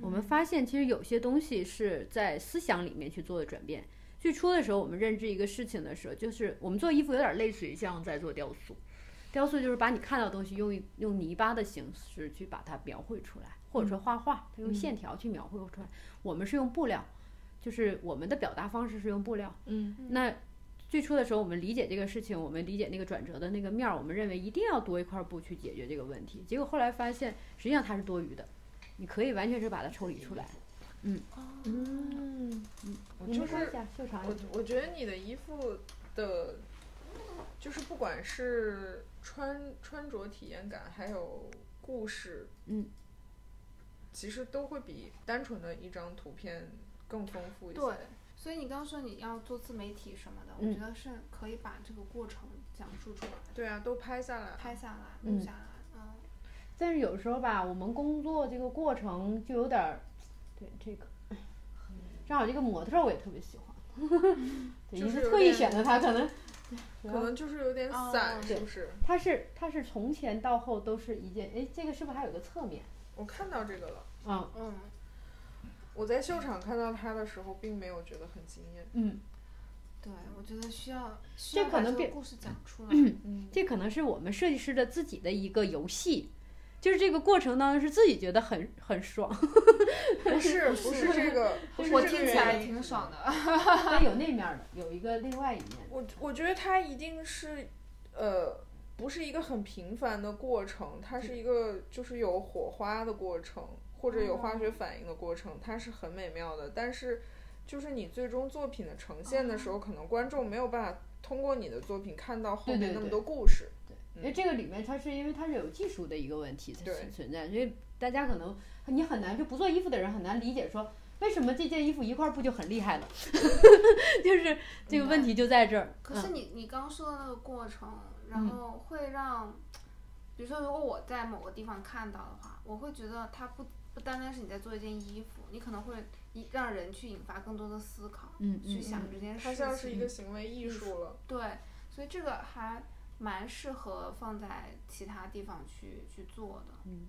我们发现其实有些东西是在思想里面去做的转变。最初的时候，我们认知一个事情的时候，就是我们做衣服有点类似于像在做雕塑，雕塑就是把你看到的东西用一用泥巴的形式去把它描绘出来，或者说画画，它用线条去描绘出来。我们是用布料，就是我们的表达方式是用布料。嗯那最初的时候，我们理解这个事情，我们理解那个转折的那个面儿，我们认为一定要多一块布去解决这个问题。结果后来发现，实际上它是多余的，你可以完全是把它抽离出来。嗯，我你就们看一是下秀场，我我觉得你的衣服的，就是不管是穿穿着体验感，还有故事，嗯，其实都会比单纯的一张图片更丰富一些。对，所以你刚说你要做自媒体什么的，我嗯觉得是可以把这个过程讲述出来，对啊，都拍下来。拍下来、嗯录下来，嗯，但是有时候吧，我们工作这个过程就有点儿，对这个，正好这个模特儿我也特别喜欢， 对就是你有特意点选的他，可能可能就是有点哦散，对是不是？他是他是从前到后都是一件，哎，这个是不是还有个侧面？我看到这个了。嗯嗯，我在秀场看到它的时候，并没有觉得很惊艳。嗯，对，我觉得需要需这要可把能这个变故事 讲出来，嗯，这可能是我们设计师的自己的一个游戏，就是这个过程当中是自己觉得很很爽，不是不是这个，不是我这个听起来原因挺爽嗯的， 但有那面儿的，有一个另外一面。我我觉得它一定是，呃，不是一个很平凡的过程，它是一个就是有火花的过程，或者有哦化学反应的过程，它是很美妙的。但是，就是你最终作品的呈现的时候，可能观众没有办法通过你的作品看到后哦对对面那么对多故事。因嗯为这个里面它是因为它是有技术的一个问题才对存存在，所以大家可能你很难就不做衣服的人很难理解说为什么这件衣服一块布就很厉害了， 就是这个问题就在这儿。嗯可是你你刚说的那个过程，然后会让，比如说如果我在某个地方看到的话，我会觉得它不不单单是你在做一件衣服，你可能会一让人去引发更多的思考，嗯去嗯想这件事情，它像是一个行为艺术了。对，所以这个还蛮适合放在其他地方去去做的。嗯，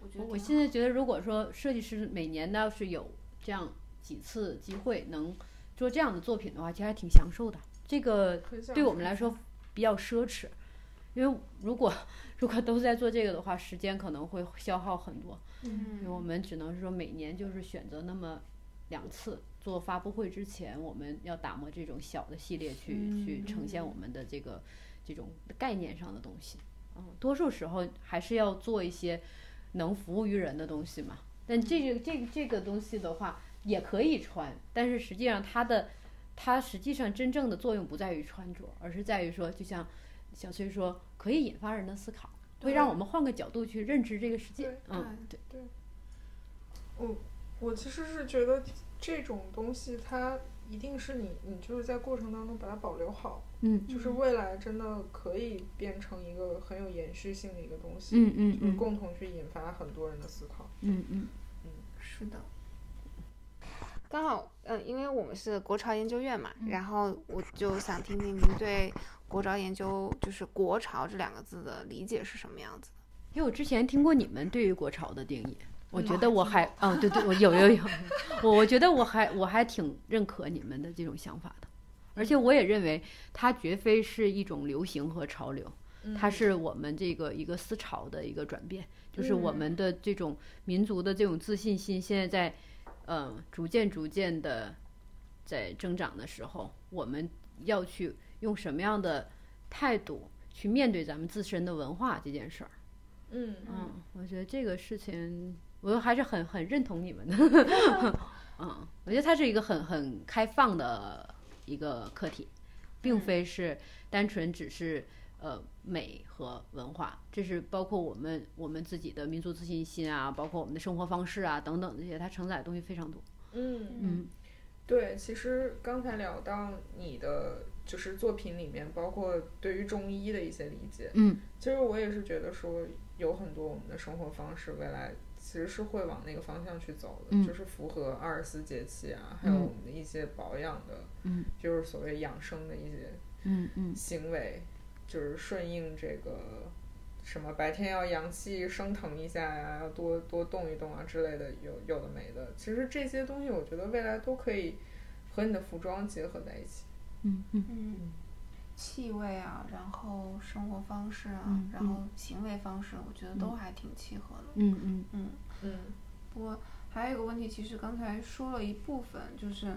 我觉我得我挺现在好觉得，如果说设计师每年倒是有这样几次机会能做这样的作品的话，其实还挺享受的。这个很像对我是们来说比较奢侈，因为如果如果都在做这个的话，时间可能会消耗很多。因为我嗯，们只能是说每年就是选择那么两次做发布会之前，我们要打磨这种小的系列去、嗯去呈现我们的这个这种概念上的东西。嗯，多数时候还是要做一些能服务于人的东西嘛。但嗯这个这个这个东西的话，也可以穿，但是实际上它的它实际上真正的作用不在于穿着，而是在于说，就像小崔说，可以引发人的思考，会让我们换个角度去认知这个世界对。嗯，对。我其实是觉得这种东西，它一定是你，你就是在过程当中把它保留好，嗯就是未来真的可以变成一个很有延续性的一个东西，嗯嗯就是嗯共同去引发很多人的思考。嗯嗯是的。刚好，嗯，因为我们是国潮研究院嘛，然后我就想听听您对国潮研究，就是“国潮”这两个字的理解是什么样子的？因为我之前听过你们对于国潮的定义，我觉得我哦还，哦，对对，我有有有，我我觉得我还我还挺认可你们的这种想法的，而且我也认为它绝非是一种流行和潮流，嗯它是我们这个一个思潮的一个转变，就是我们的这种民族的这种自信心现在在，嗯、逐渐逐渐的在增长的时候，我们要去用什么样的态度去面对咱们自身的文化这件事儿。嗯，嗯，我觉得这个事情，我还是很很认同你 们的。嗯，我觉得它是一个很很开放的一个课题，并非是单纯只是呃美和文化，这是包括我们我们自己的民族自信心啊，包括我们的生活方式啊等等这些，它承载的东西非常多。嗯，嗯对，其实刚才聊到你的就是作品里面，包括对于中医的一些理解，嗯，其实我也是觉得说，有很多我们的生活方式未来其实是会往那个方向去走的，嗯就是符合二十四节气啊，还有嗯我们的一些保养的，嗯，就是所谓养生的一些嗯嗯行为，就是顺应这个什么白天要阳气升腾一下呀、要多多动一动啊之类的，有有的没的。其实这些东西，我觉得未来都可以和你的服装结合在一起。嗯嗯嗯，气味啊，然后生活方式啊，嗯然后行为方式，我觉得都还挺契合的。嗯嗯嗯，嗯不过还有一个问题，其实刚才说了一部分，就是，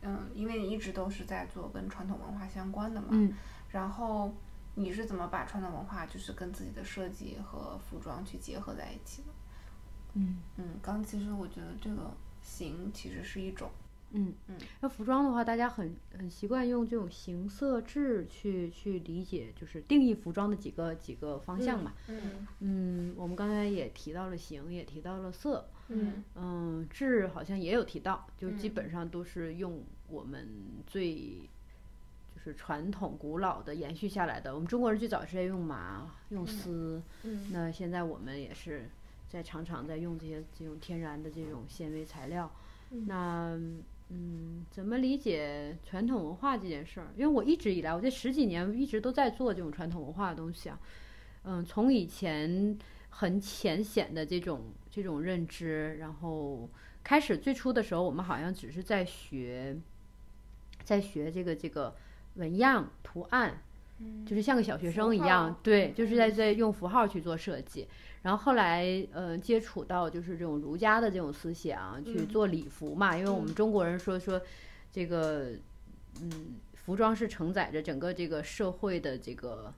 嗯，因为你一直都是在做跟传统文化相关的嘛，嗯然后你是怎么把传统文化就是跟自己的设计和服装去结合在一起的？嗯嗯，刚其实我觉得这个形其实是一种，嗯嗯，那服装的话，大家很很习惯用这种形色质去去理解，就是定义服装的几个几个方向嘛。嗯嗯，我们刚才也提到了形，也提到了色，嗯嗯，质好像也有提到，就基嗯本上都是用我们最就是传统古老的延续下来的。我们中国人最早是在用麻、用丝，嗯那现在我们也是在常常在用这些这种天然的这种纤维材料。嗯那嗯，怎么理解传统文化这件事儿？因为我一直以来，我这十几年一直都在做这种传统文化的东西啊。嗯，从以前很浅显的这种这种认知，然后开始最初的时候，我们好像只是在学，在学这个这个纹样图案，嗯就是像个小学符生一号样，对，就是在嗯在用符号去做设计。然后后来，呃，接触到就是这种儒家的这种思想，去嗯做礼服嘛，因为我们中国人说说这个，嗯，服装是承载着整个这个社会的这个。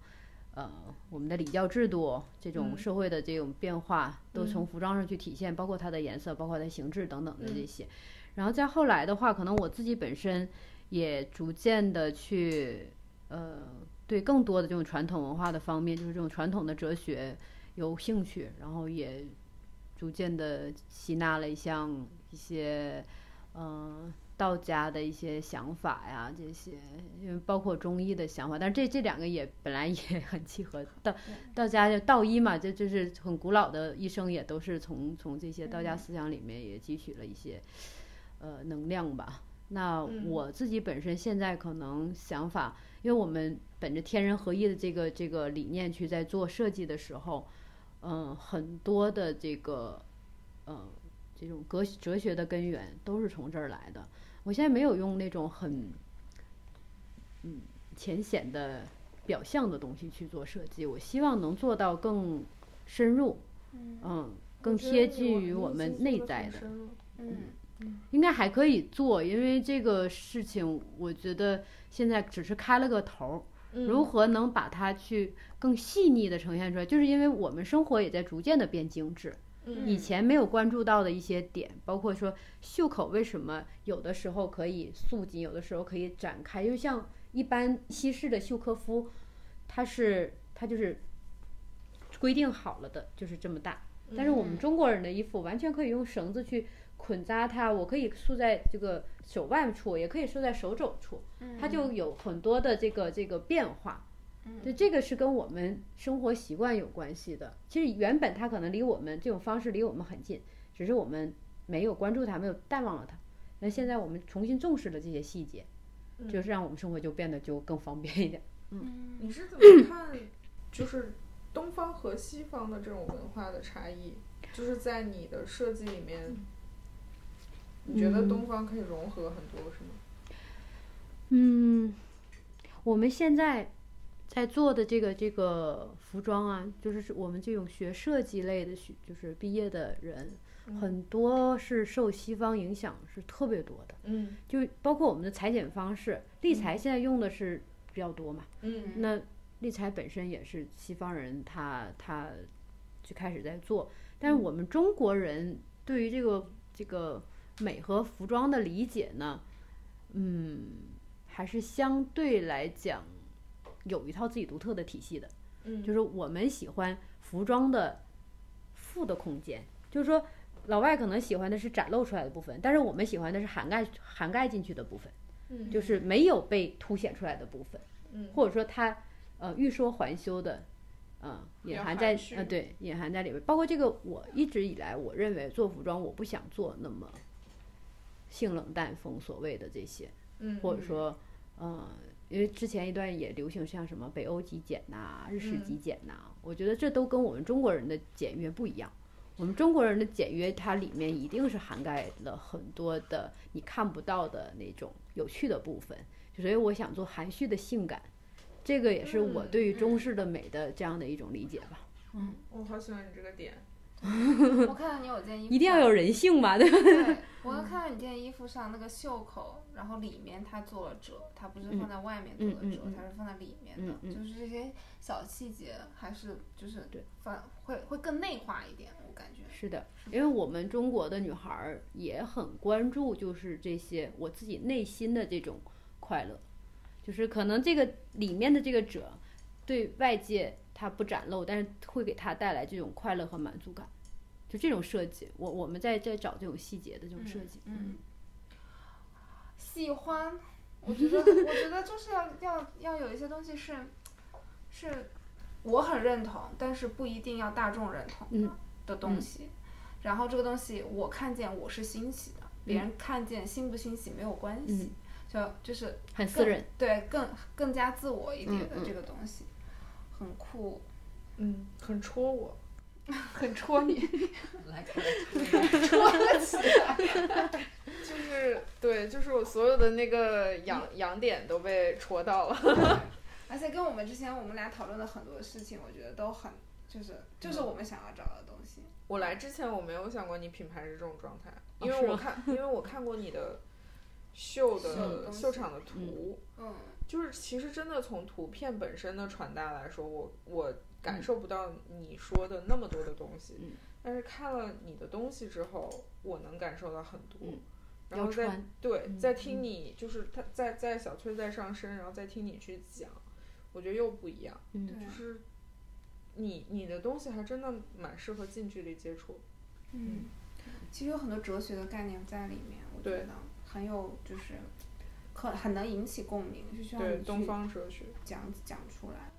呃，我们的礼教制度这种嗯社会的这种变化，都从嗯服装上去体现，包括它的颜色，包括它的形制等等的这嗯些。然后再后来的话，可能我自己本身也逐渐的去呃，对更多的这种传统文化的方面，就是这种传统的哲学有兴趣，然后也逐渐的吸纳了一项一些嗯、呃道家的一些想法呀，这些因为包括中医的想法，但是这这两个也本来也 很契合道道家就道医嘛，这就是很古老的医生也都是从从这些道家嗯思想里面也汲取了一些呃能量吧。那嗯我自己本身现在可能想法，因为我们本着天人合一的这个这个理念去在做设计的时候，嗯，很多的这个呃这种哲哲学的根源都是从这儿来的。我现在没有用那种很嗯浅显的表象的东西去做设计，我希望能做到更深入，嗯嗯，更贴近于我们内在的。嗯应该还可以做，因为这个事情，我觉得现在只是开了个头儿。嗯如何能把它去更细腻的呈现出来，就是因为我们生活也在逐渐的变精致，以嗯前没有关注到的一些点，包括说袖口为什么有的时候可以束紧，有的时候可以展开，就像一般西式的袖科夫，它是它就是规定好了的，就是这么大。但是我们嗯中国人的衣服完全可以用绳子去捆扎它，我可以束在这个手腕处，也可以束在手肘处，嗯，它就有很多的这个这个变化。对，这个是跟我们生活习惯有关系的。其实原本它可能离我们这种方式离我们很近，只是我们没有关注它，没有淡忘了它。那现在我们重新重视了这些细节，就是让我们生活就变得就更方便一点。 嗯你是怎么看，就是东方和西方的这种文化的差异？就是在你的设计里面，你觉得嗯东方可以融合很多是吗？嗯，我们现在在做的这个这个服装啊，就是我们这种学设计类的学，就是毕业的人，很多是受西方影响是特别多的，嗯就包括我们的裁剪方式，立裁现在用的是比较多嘛。嗯那立裁本身也是西方人他，他就开始在做，但嗯是我们中国人对于这个这个美和服装的理解呢，嗯，还是相对来讲有一套自己独特的体系的。嗯，就是我们喜欢服装的负的空间，就是说老外可能喜欢的是展露出来的部分，但是我们喜欢的是涵盖涵盖进去的部分，嗯就是没有被凸显出来的部分，嗯或者说它呃欲说还休的。嗯，比隐较含含在蓄呃对，隐含在里面。包括这个，我一直以来我认为做服装，我不想做那么性冷淡风所谓的这些，嗯或者说嗯，因为之前一段也流行像什么北欧极简呐、日式嗯极简呐、我觉得这都跟我们中国人的简约不一样。我们中国人的简约，它里面一定是涵盖了很多的你看不到的那种有趣的部分，所以我想做含蓄的性感，这个也是我嗯对于中嗯式的美的这样的一种理解吧。我哦好喜欢你这个点，我看到你有件衣服，一定要有人性嘛，对吧？对， 我嗯又看到你这件衣服上那个袖口，然后里面它做了折，它不是放在外面做了折，嗯嗯嗯它是放在里面的，嗯嗯就是这些小细节还是就是对反会会更内化一点，我感觉。是的，因为我们中国的女孩儿也很关注，就是这些我自己内心的这种快乐，就是可能这个里面的这个者对外界他不展露，但是会给他带来这种快乐和满足感，就这种设计，我我们在在找这种细节的这种设计，嗯，喜欢，我 觉得，我觉得就是要要要有一些东西是，是我很认同，但是不一定要大众认同嗯的东西。然后这个东西我看见我是欣喜的，别嗯人看见欣不欣喜没有关系，就就是很私人。对更更加自我一点嗯的嗯这个东西，很酷， 嗯，很戳我。很 戳你，来，戳得起来。就是对，就是我所有的那个痒痒点都被戳到了。而且跟我们之前我们俩讨论的很多事情，我觉得都很就是就是我们想要找的东西。我来之前我没有想过你品牌是这种状态，因是为我吗看，因为我看过你的秀秀的的东西秀场的图，嗯就是其实真的从图片本身的传达来说，我我感受不到你说的那么多的东西，嗯但是看了你的东西之后，我能感受到很多。嗯然后要再穿对，嗯再听你就是他在在小崔在上身，然后再听你去讲，我觉得又不一样。嗯对就是你你的东西还真的蛮适合近距离接触。嗯，其实有很多哲学的概念在里面，我觉对得很有就是可很能引起共鸣，就需要对，你东去方嗯哲学。讲讲出来。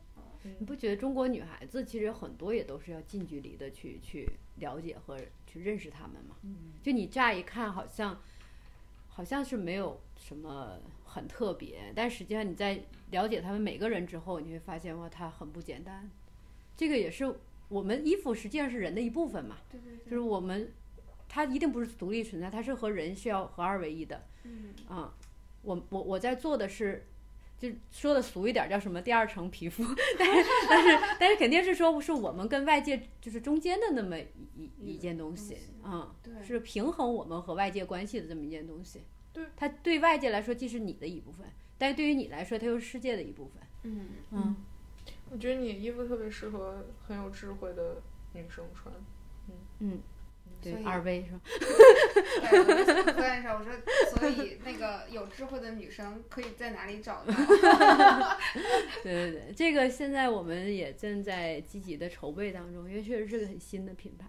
你不觉得中国女孩子其实很多也都是要近距离的去去了解和去认识她们嘛？就你乍一看好像好像是没有什么很特别，但实际上你在了解她们每个人之后，你会发现哇，她很不简单。这个也是我们衣服实际上是人的一部分嘛，对对就是，我们它一定不是独立存在，它是和人是要合二为一的。嗯，啊，我我我在做的是，就说的俗一点儿叫什么第二层皮肤， 但是但是但是肯定是说是我们跟外界就是中间的那么一一一件东西啊，嗯对，是平衡我们和外界关系的这么一件东西。对，它对外界来说既是你的一部分，但是对于你来说它又是世界的一部分。嗯，嗯，我觉得你衣服特别适合很有智慧的女生穿。所对，以二位是吧？对，我就想问一下，我说，所以那个有智慧的女生可以在哪里找到？对对对，这个现在我们也正在积极的筹备当中，因为确实是个很新的品牌。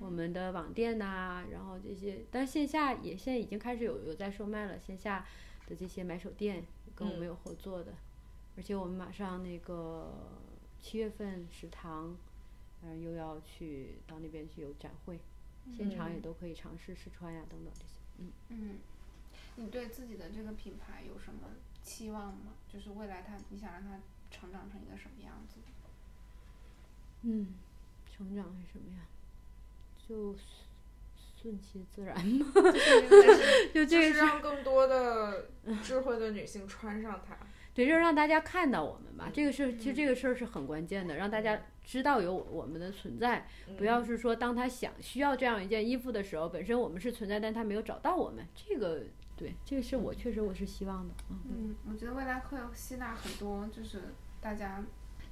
我们的网店呐、然后这些，但是线下也现在已经开始有有在售卖了，线下的这些买手店跟我们嗯有合作的，而且我们马上那个七月份食堂，嗯、又要去到那边去有展会，现场也嗯都可以尝试试穿呀、等等这些。嗯，你对自己的这个品牌有什么期望吗？就是未来它，你想让它成长成一个什么样子？ 嗯，成长是什么呀？就顺其自然嘛， 就就这个是是让更多的智慧的女性穿上它。对，就是让大家看到我们吧。这个事儿其实嗯这个事儿是很关键的，让大家知道有我我们的存在。 不嗯嗯要是说当他想需要这样一件衣服的时候，本身我们是存在，但他没有找到我们。这个对，这个是我确实我是希望的。嗯，嗯，我觉得未来会有吸纳很多，就是大家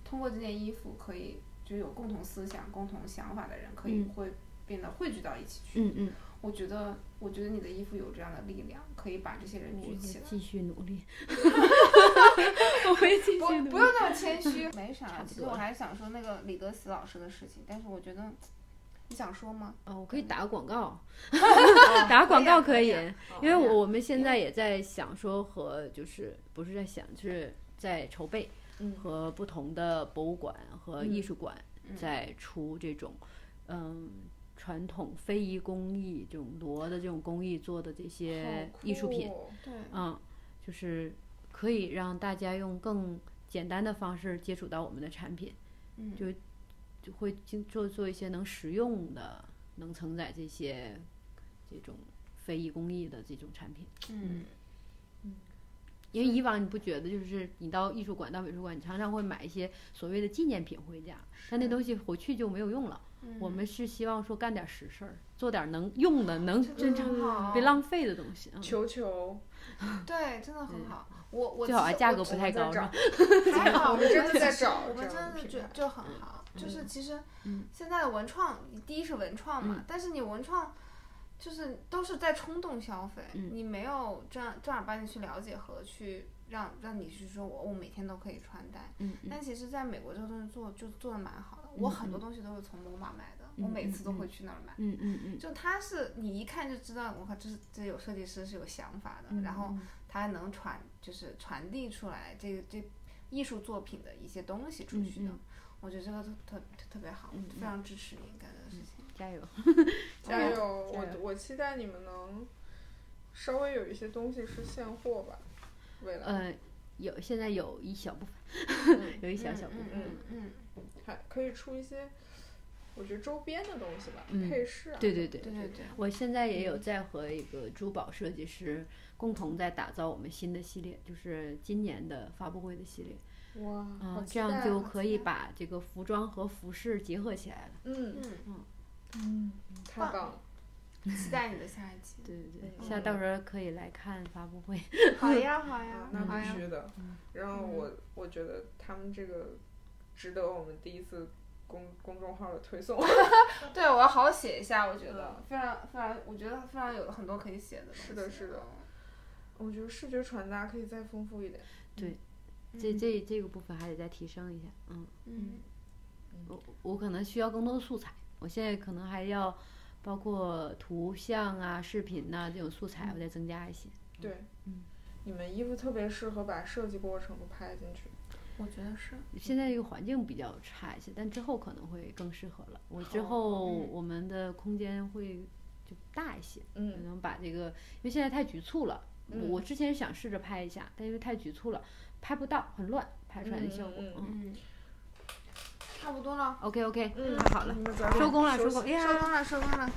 通过这件衣服可以就有共同思想、共同想法的人，可以嗯会变得汇聚到一起去。嗯嗯，我觉得，我觉得你的衣服有这样的力量，可以把这些人我聚起会来。继续努 力，我会继续不，努不力。用那么谦虚， 没差啥。不其实多我了还想说那个李德喜老师的事情，但是我觉得，你想说吗？啊，我可以打个广告，哦打广告可可以以啊，因为可以啊我我们现在也在想说和就是不是在想，就是在筹备嗯和不同的博物馆和艺术馆嗯在出这种嗯传统非遗工艺这呃种罗的这种工艺做的这些好艺术品酷。哦对，嗯，就是可以让大家用更简单的方式接触到我们的产品，嗯就就会经做做一些能实用的、能承载这些这种非遗工艺的这种产品。嗯因为以往你不觉得，就是你到艺术馆、到美术馆，你常常会买一些所谓的纪念品回家，但那东西回去就没有用了。嗯，我们是希望说干点实事儿，做点能用的、能嗯这真真正很好，别浪费的东西啊。球球，对，真的很好。我我最好其啊，实价我格我不们太在高，找还好，我们真的在找我们这样真的品的就牌嗯就很好，就是其实现在的文创，第一是文创嗯嘛，但是你文创就是都是在冲动消费，嗯你没有正儿正儿八经去了解和去让让你去说我我每天都可以穿戴，嗯嗯但其实在美国这个东西做就做的蛮好的，嗯我很多东西都是从罗马买的，我每次都会去那儿买。嗯嗯嗯，就他是你一看就知道，我靠，这是这有设计师是有想法嗯的，然后嗯他还能传就是传递出来这个这艺术作品的一些东西出去的，我觉得这个特特特别好，非常支持你干这个事情。加油！加哎油！我加油我期待你们能稍微有一些东西是现货吧，未来、 呃，有现在有一小部分，有一小小部分。嗯嗯还可以出一些，我觉得周边的东西吧，嗯配饰啊。对对对嗯，对对对，我现在也有嗯在和一个珠宝设计师共同在打造我们新的系列，就是今年的发布会的系列。哇，好嗯，期这样待就啊可以把这个服装和服饰结合起来了。嗯嗯，嗯，太棒棒了！嗯期待你的下一期。对对对，嗯下到时候可以来看发布会。好呀好哎呀啊，那好必呀，须的。然后嗯我我觉得他们这个值得我们第一次公公众号的 推送。对我要好好写一下，我觉得非常非常，我觉得非常有很多可以写的东西。是的是的我觉得视觉传达可以再丰富一点。嗯这这这个部分还得再提升一下。嗯，嗯我我可能需要更多的素材，我现在可能还要包括图像啊、视频呐、这种素材，我再增加一些。对，嗯，你们衣服特别适合把设计过程都拍进去。我觉得是。现在这个环境比较差一些，但之后可能会更适合了。我之好后嗯我们的空间会就大一些，可嗯能把这个，因为现在太局促了。嗯我之前想试着拍一下，但因为太局促了，拍不到，很乱，拍出来的效果。嗯嗯嗯，差不多了， OK OK，嗯嗯太好了，那咱们收工了，休收工，息哎呀收。工了，收工了。